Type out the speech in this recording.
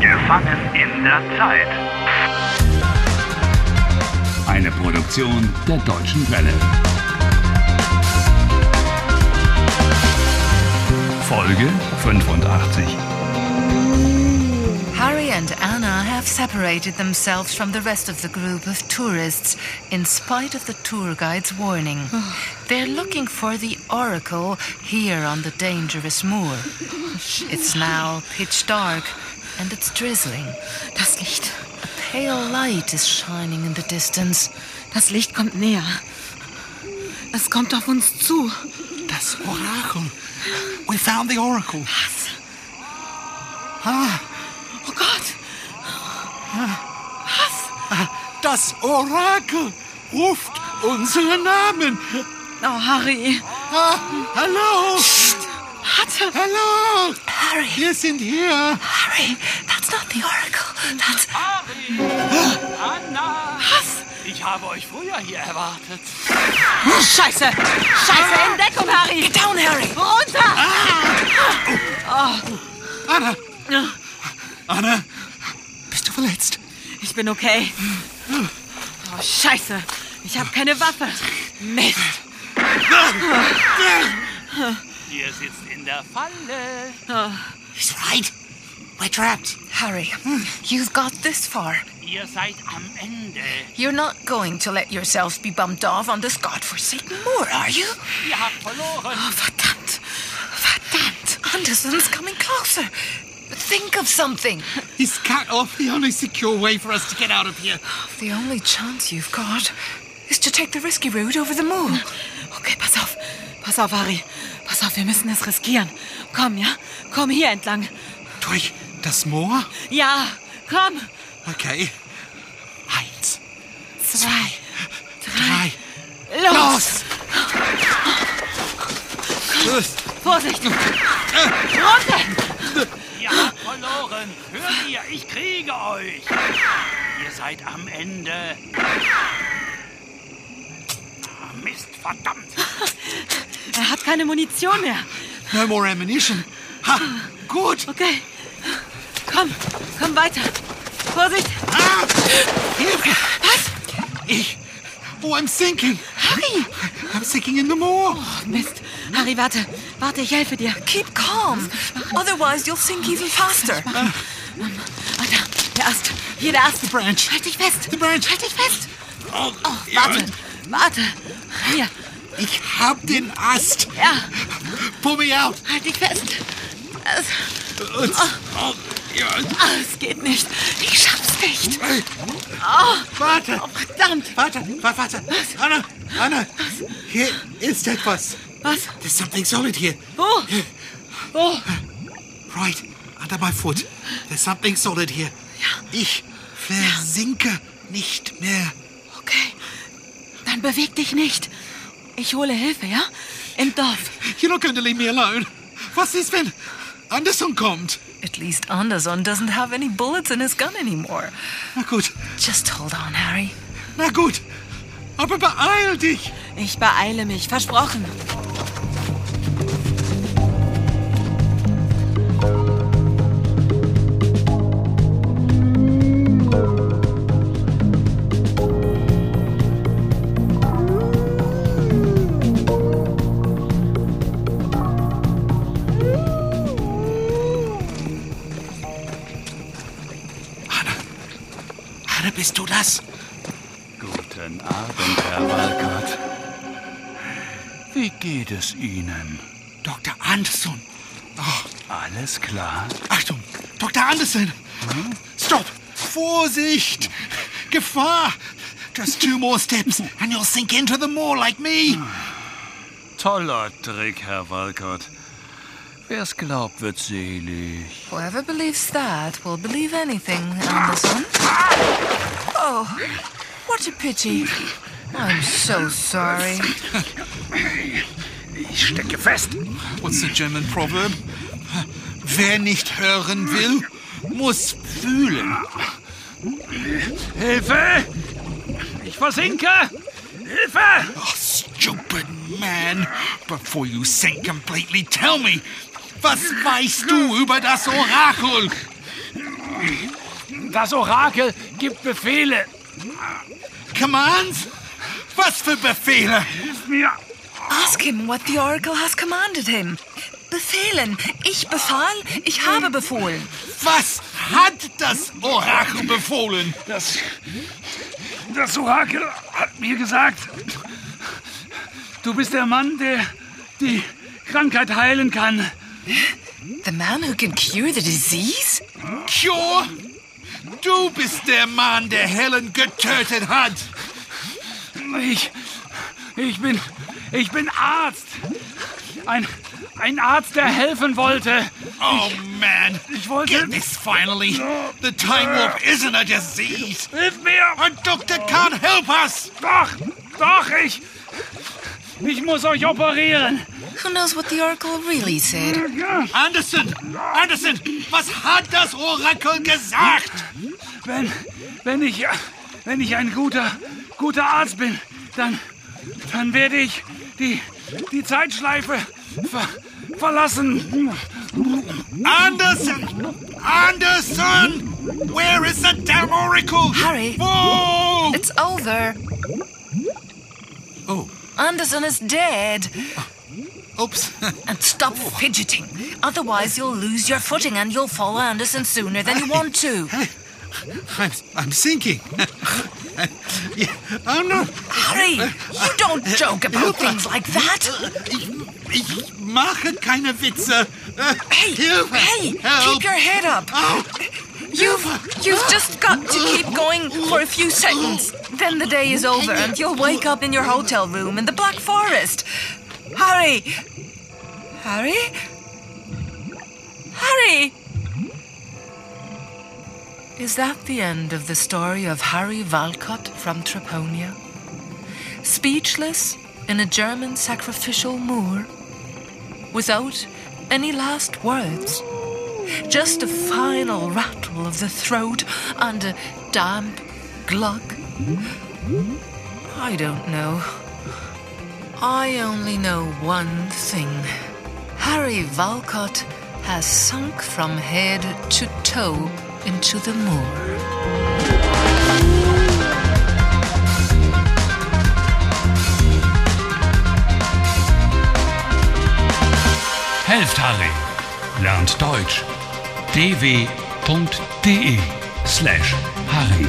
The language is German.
Gefangen in der Zeit. Eine Produktion der Deutschen Welle. Folge 85. Harry and Anna have separated themselves from the rest of the group of tourists in spite of the tour guide's warning. They're looking for the oracle here on the dangerous moor. It's now pitch dark and it's drizzling. Das Licht. A pale light is shining in the distance. Das Licht kommt näher. Es kommt auf uns zu. Das Orakel. We found the Oracle. Was? Ah, Oh Gott! Was? Ah. das Orakel ruft unsere Namen. Oh, Harry. Ah, hallo, Warte! hallo. Harry! Wir sind hier. Harry! That's not the Oracle. That's. Harry! Anna! Ich habe euch früher hier erwartet. Scheiße! Scheiße! Entdeckung, Harry! Get Ah. down, Harry! Ah. Runter! Ah. Anna. Anna, bist du verletzt? Ich bin okay. Oh, Scheiße! Ich habe keine Waffe. Mist! Ihr sitzt in der Falle. He's right. We're trapped. Harry, you've got this far. Ihr seid am Ende. You're not going to let yourselves be bumped off on this godforsaken moor, are you? Ihr habt verloren. Oh, verdammt! Verdammt! Anderson's coming closer. Think of something. He's cut off the only secure way for us to get out of here. The only chance you've got is to take the risky route over the moor. Okay, pass auf. Pass auf, Harry. Pass auf, wir müssen es riskieren. Komm, ja? Komm hier entlang. Durch das Moor? Ja, komm. Okay. Eins, Zwei, drei, los. los! Los! Vorsicht. Runter. Ihr habt verloren. Hört ihr, ich kriege euch. Ihr seid am Ende. Ah, Mist, verdammt. Er hat keine Munition mehr. No more ammunition. Ha, gut. Okay. Komm, komm weiter. Vorsicht. Ah, Hilfe. Ich. Oh, I'm sinking. Harry. I'm sinking in the moor. Mist. Harry, warte. Warte, ich helfe dir. Keep calm, otherwise you'll sink even faster. Alter, Ah, der Ast. Hier der Ast. Branch. Halt dich fest. The branch. Halt dich fest. Oh, Warte. Warte. Hier. Ich hab den Ast. Ja, Pull me out. halt dich fest. Es, Oh, ja. ah, es geht nicht. Ich schaff's nicht. Warte. Oh, verdammt. Warte, warte, warte. Anna, Anna. Hier ist etwas. Was? There's something solid here. Wo? Wo? Right, under my foot. There's something solid here. Ich versinke nicht mehr. Okay. Dann beweg dich nicht. Ich hole Hilfe, ja? Im Dorf. You're not going to leave me alone. Was ist, wenn Anderson kommt? At least Anderson doesn't have any bullets in his gun anymore. Na gut, Just hold on, Harry. na gut. Aber beeil dich. Ich beeile mich, versprochen. Anna, bist du das? Guten Abend, Herr Walcott. Wie geht es Ihnen? Dr. Anderson. Oh, Alles klar? Achtung, Dr. Anderson. Stop. Vorsicht. Gefahr. Just two more steps and you'll sink into the moor like me. Toller Trick, Herr Walcott. Wer's glaubt, wird selig. Whoever believes that will believe anything, Anderson. Oh, what a pity. I'm so sorry. Ich stecke fest. What's the German proverb? Wer nicht hören will, muss fühlen. Hilfe! Ich versinke. Hilfe! Oh, stupid man. Before you sink completely, tell me, was weißt du über das Orakel? Das Orakel gibt Befehle. Commands? Was für Befehle? Ask him what the Oracle has commanded him. Befehlen. Ich befahl, ich habe befohlen. Was hat das Orakel befohlen? Das, das Orakel hat mir gesagt, du bist der Mann, der die Krankheit heilen kann. The man who can cure the disease? Cure? Du bist der Mann, der Helen getötet hat. Ich, ich bin, ich bin Arzt. Ein, ein Arzt, der helfen wollte. Oh man, Ich wollte- get this finally. The time warp isn't a disease. Hilf mir! Our doctor can't help us. Doch, doch, ich, ich muss euch operieren. Who knows what the Oracle really said? Anderson, Anderson, was hat das Orakel gesagt? Wenn, wenn ich, wenn ich ein guter, guter Arzt bin, dann, dann werde ich die, die Zeitschleife ver, verlassen. Anderson, Anderson, where is the damn Oracle? Harry. Whoa! It's over. Oh. Anderson is dead. Oops. And stop fidgeting. Otherwise, you'll lose your footing and you'll follow Anderson sooner than you want to. I'm, I'm sinking. yeah, oh I'm not. Harry, you don't joke about things like that. Ich, ich mache keine Witze. Äh, Hey, Hilfe! hey, Help! keep your head up. You've you've just got to keep going for a few seconds. Then the day is over and you'll wake up in your hotel room in the Black Forest. Harry, Harry, Harry. Is that the end of the story of Harry Walcott from Treponia? Speechless in a German sacrificial moor, without any last words. Just a final rattle of the throat and a damp glug. I don't know. I only know one thing. Harry Valcott has sunk from head to toe into the moor. Helft Harry. Lernt Deutsch. dw.de slash Harry.